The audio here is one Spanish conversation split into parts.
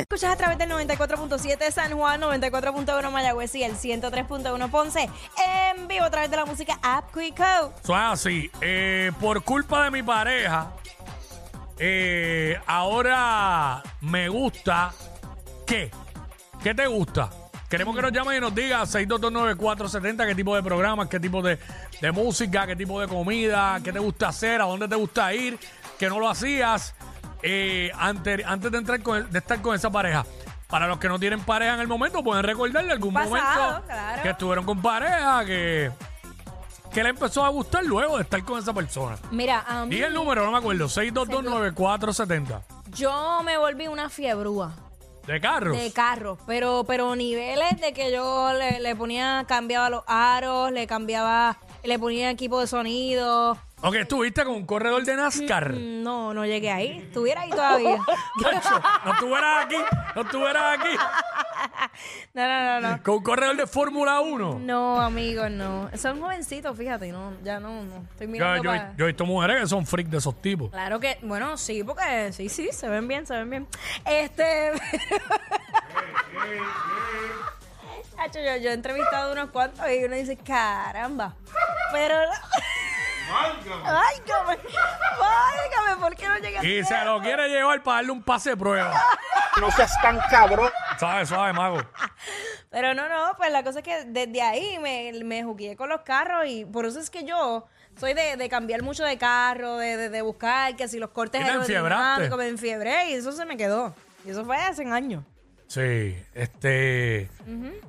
Escuchas a través del 94.7 San Juan, 94.1 Mayagüez y el 103.1 Ponce. En vivo a través de la música App Quico. Eso es así. Eh, por culpa de mi pareja, eh, ahora me gusta. ¿Qué? ¿Qué te gusta? Queremos que nos llames y nos digas 6229470 qué tipo de programas, qué tipo de, de música, qué tipo de comida, qué te gusta hacer, a dónde te gusta ir, que no lo hacías eh, ante- antes de, entrar con- de estar con esa pareja. Para los que no tienen pareja en el momento, pueden recordarle algún Pasado, momento claro. que estuvieron con pareja, que, que le empezó a gustar luego de estar con esa persona. Mira, um, a mí Y el número, no me acuerdo, 6229470. yo me volví una fiebrúa De carros. de carros, pero pero niveles de que yo le, le ponía, cambiaba los aros, le cambiaba, le ponía equipo de sonido. Ok, estuviste con un corredor de NASCAR. No, no llegué ahí. Estuviera ahí todavía. Tacho, no estuvieras aquí, no estuvieras aquí. No, no, no, no. Con un corredor de Fórmula 1. No, amigos, no. Son jovencitos, fíjate, no, ya no, no. Estoy Yo, mirando yo- para- yo he visto mujeres que son freak de esos tipos. Claro que, bueno, sí, porque sí, sí, se ven bien, se ven bien. Este. Hacho, yo, yo he entrevistado unos cuantos y uno dice, caramba. Pero. ¡Válgame! ¡Válgame! ¿Por qué no llegaste? Y se lo quiere llevar para darle un pase de prueba. No seas tan cabrón. Suave, suave, mago. Pero no, no, pues la cosa es que desde ahí me, me jugué con los carros y por eso es que yo soy de, de cambiar mucho de carro, de, de- de buscar, que si los cortes ¿Y te aerodinámicos, enfiebraste? me enfiebré y eso se me quedó. Y eso fue hace años. Sí, este.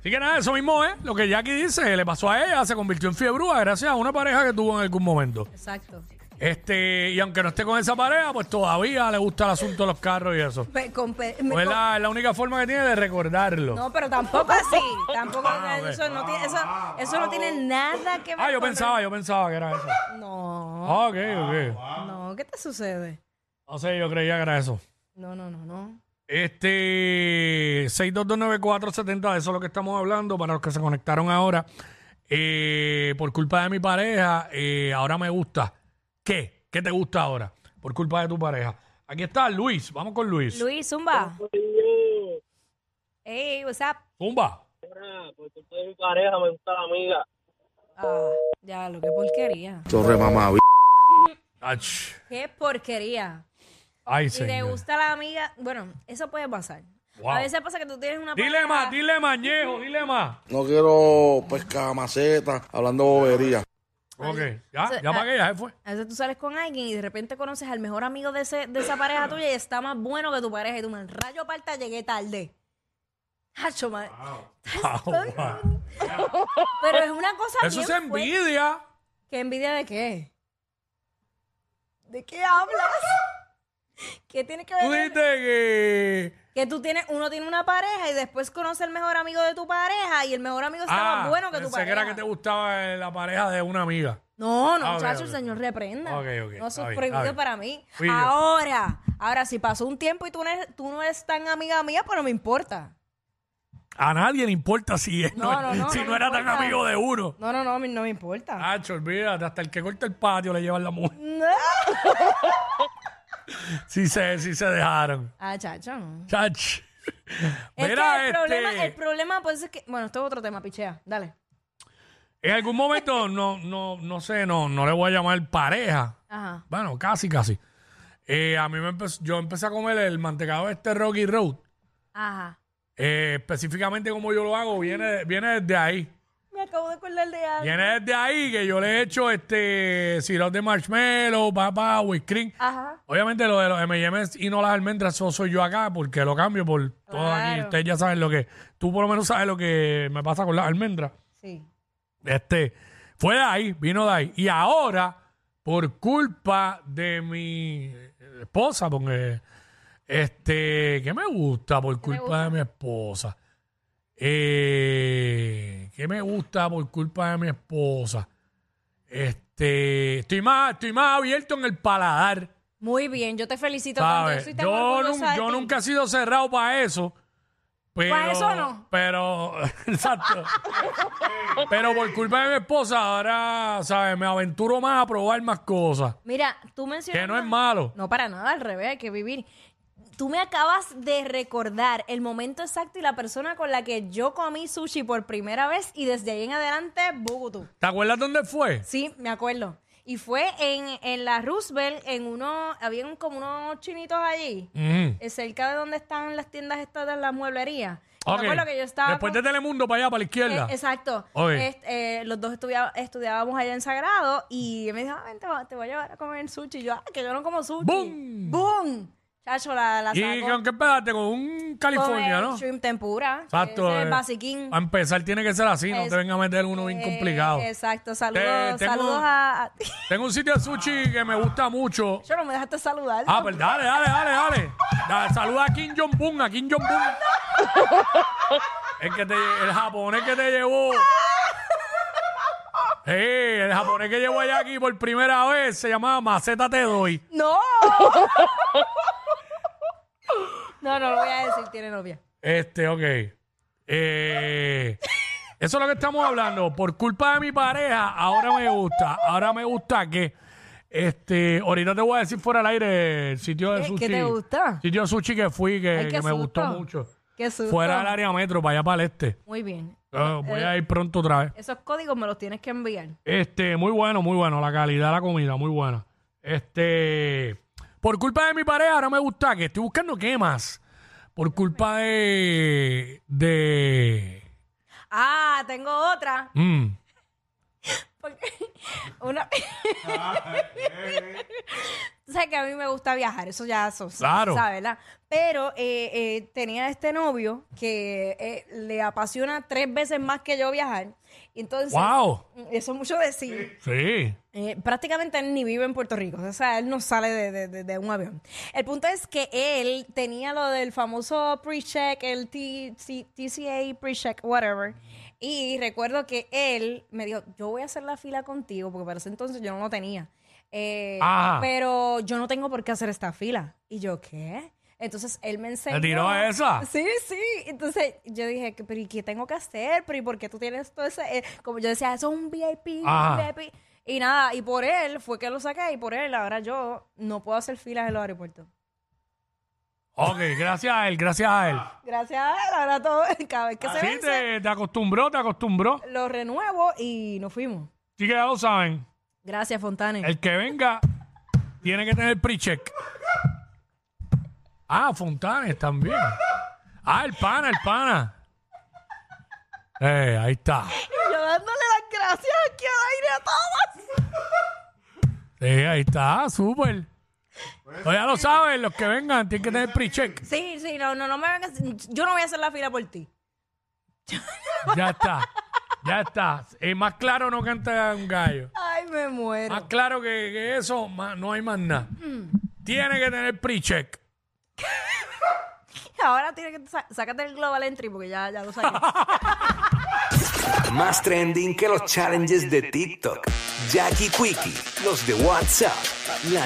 Así que nada, eso mismo es lo que Jackie dice. Le pasó a ella, se convirtió en fiebrúa gracias a una pareja que tuvo en algún momento. Exacto. Este, y aunque no esté con esa pareja, pues todavía le gusta el asunto de los carros y eso. Me compe- me Pues es com- la, es la única forma que tiene de recordarlo. no, pero tampoco así. Tampoco Ah, ok. eso, no tiene, eso, eso no tiene nada que ver ah, yo con- pensaba, yo pensaba que era eso. No, Ah, ok, ok. no, ¿qué te sucede? No sé, yo creía que era eso. No, no, no, no. Este 6229470, de eso es lo que estamos hablando para los que se conectaron ahora. Eh, por culpa de mi pareja, eh, ahora me gusta. ¿Qué? ¿Qué te gusta ahora? Por culpa de tu pareja. Aquí está Luis, vamos con Luis. Luis, Zumba. Hey, what's up? Zumba. Por culpa de mi pareja me gusta la amiga. Ah, ya, lo que porquería. Torre mamá. Ach, Qué porquería. Ay, Si te señor. gusta la amiga, bueno, eso puede pasar. Wow. A veces pasa que tú tienes una Dile pareja- más, dile más, Ñejo, dile más. No quiero pescar maceta hablando bobería. Ok, ya, se- ya ah. pagué, ya se fue. A veces tú sales con alguien y de repente conoces al mejor amigo de, ese, de esa pareja tuya y está más bueno que tu pareja. Y tú, man, rayo aparta, llegué tarde. Hacho, man. Wow, wow. Pero es una cosa Ah, Eso bien es fuerte. envidia. ¿Qué envidia de qué? ¿De qué hablas? ¿Qué tiene que Tú ver? dijiste que. Que tú tienes, uno tiene una pareja y después conoce al mejor amigo de tu pareja y el mejor amigo está más bueno que tu ah, pensé pareja. que era que te gustaba eh, la pareja de una amiga. No, no, Ah, ok, muchachos, ok. el señor reprenda. Ok, ok, No, está eso es bien, prohibido está bien. para mí. Fui yo. ahora, ahora, si pasó un tiempo y tú no, eres, tú no eres tan amiga mía, pues no me importa. A nadie le importa si, es- No, no, no, si no no, me era tan importa. amigo de uno. No, no, no, a mí no me importa. Hacho, olvídate, hasta el que corta el patio le llevan la mujer. No. Sí se, sí se dejaron. Ah, chacho, no. Chach. Es Mira, que el, este, problema, el problema, pues es que. Bueno, esto es otro tema, pichea. Dale. en algún momento, no, no, no sé, no, no le voy a llamar pareja. Ajá. Bueno, casi, casi. Eh, a mí me empezó, yo empecé a comer el mantecado este Rocky Road. Ajá. Eh, específicamente como yo lo hago, viene, viene desde ahí. Me acabo de acordar de algo. Viene desde ahí que yo le he hecho este sirope de marshmallow, papá, whipped cream. Ajá. Obviamente lo de los M&M's y no las almendras, eso soy yo acá porque lo cambio por todo aquí. Claro. Ustedes ya saben lo que... Tú por lo menos sabes lo que me pasa con las almendras. Sí. Este, fue de ahí, vino de ahí. Y ahora, por culpa de mi esposa, porque Este, que me gusta por culpa de mi esposa. Eh, que me gusta por culpa de mi esposa. Este, estoy más, estoy más abierto en el paladar. Muy bien, yo te felicito. Cuando yo ¿sabes? soy Yo, tan orgullosa nun- de yo ti. nunca he sido cerrado para eso. Pero, ¿Pa' eso no? Pero, exacto. pero por culpa de mi esposa, ahora, ¿sabes? Me aventuro más a probar más cosas. Mira, tú mencionas... Que no es malo. No, para nada, al revés, hay que vivir. Tú me acabas de recordar el momento exacto y la persona con la que yo comí sushi por primera vez y desde ahí en adelante, Bogotá. ¿Te acuerdas dónde fue? Sí, me acuerdo. Y fue en, en la Roosevelt, en uno, había como unos chinitos allí, Ujú. eh, cerca de donde están las tiendas estas de las mueblerías. Me Ok. acuerdo que yo estaba Después con- de Telemundo para allá, para la izquierda. eh, exacto. Ok. Est- eh, los dos estudia- estudiábamos allá en Sagrado y me dijo, "Ah, ven, te, va- te voy a llevar a comer sushi. Y yo, ah, que yo no como sushi. ¡Bum! ¡Bum! Chacho, la, la ¿Y sacó. con qué empezaste? Con un California, Come ¿no? Shrimp tempura. Exacto. Ese eh. basiquín. Para empezar tiene que ser así, no Es- te venga a meter uno bien Eh, complicado. Exacto. Saludos, tengo- saludos a, a- Tengo un sitio de sushi que me gusta mucho. Yo no me dejaste saludar. Ah, pues dale, dale, dale, dale. Da- saluda a Kim Jong-un, a Kim Jong-un. El, que te, el japonés que te llevó. Sí, el japonés que llevó allá aquí por primera vez se llamaba Maceta Te Doy. ¡No! no, no lo voy a decir, tiene novia. Este, ok. Eh, eso es lo que estamos hablando. Por culpa de mi pareja, ahora me gusta. Ahora me gusta que. Este, ahorita te voy a decir fuera del aire el sitio de ¿Qué- sushi. qué te gusta? Sitio de sushi que fui, que, Ay, qué que me susto. gustó mucho. Qué susto. Fuera del área metro, para allá para el este. Muy bien. Ah, voy a ir pronto otra vez. Esos códigos me los tienes que enviar. Este, muy bueno, muy bueno. La calidad de la comida, muy buena. Este, por culpa de mi pareja, no me gusta que estoy buscando qué más. Por culpa de. de. Ah, tengo otra. mm, Porque una. Tú sabes que a mí me gusta viajar, eso ya eso, se Claro. sabe, ¿verdad? Pero eh, eh, tenía este novio que eh, le apasiona tres veces más que yo viajar. Y Entonces, ¡Wow! eso es mucho decir. Sí. Eh, prácticamente él ni vive en Puerto Rico, o sea, él no sale de, de- de- de un avión. El punto es que él tenía lo del famoso pre-check, el T- T- TCA pre-check, whatever. Y recuerdo que él me dijo, yo voy a hacer la fila contigo, porque para ese entonces yo no lo tenía. Eh, Ajá. pero yo no tengo por qué hacer esta fila. Y yo, ¿qué? Entonces él me enseñó. tiró esa? Sí, sí. Entonces yo dije, "¿Qué- ¿pero y qué tengo que hacer? ¿Pero y por qué tú tienes todo ese.? eh?" Como yo decía, eso es un VIP, un Ajá. VIP. Pi- Y nada, y por él fue que lo saqué y por él ahora yo no puedo hacer filas en los aeropuertos. Ok, gracias a él, gracias a él. Gracias a él, ahora todo, cada vez que se Sí, vence, te, te acostumbró, te acostumbró. lo renuevo y nos fuimos. Sí que ya lo saben. Gracias, Fontane. El que venga tiene que tener pre-check. Ah, Fontanes también. Ah, el pana, el pana. Eh, ahí está. Yo dándole las gracias aquí al aire a todos. Sí, Eh, ahí está, Ah, súper. Pues ya lo saben, los que vengan tienen que tener pre-check. Sí, sí, no, no, no me vengas. Yo no voy a hacer la fila por ti. Ya está, ya está. Eh, más claro no canta un gallo. Ay, me muero. Más claro que, que eso, más- no hay más nada. Tiene que tener pre-check. Ah. Ahora tienes que sa- sácate el Global Entry porque ya, ya lo saqué. Más trending que los challenges de TikTok. Jackie Quickie, los de WhatsApp, la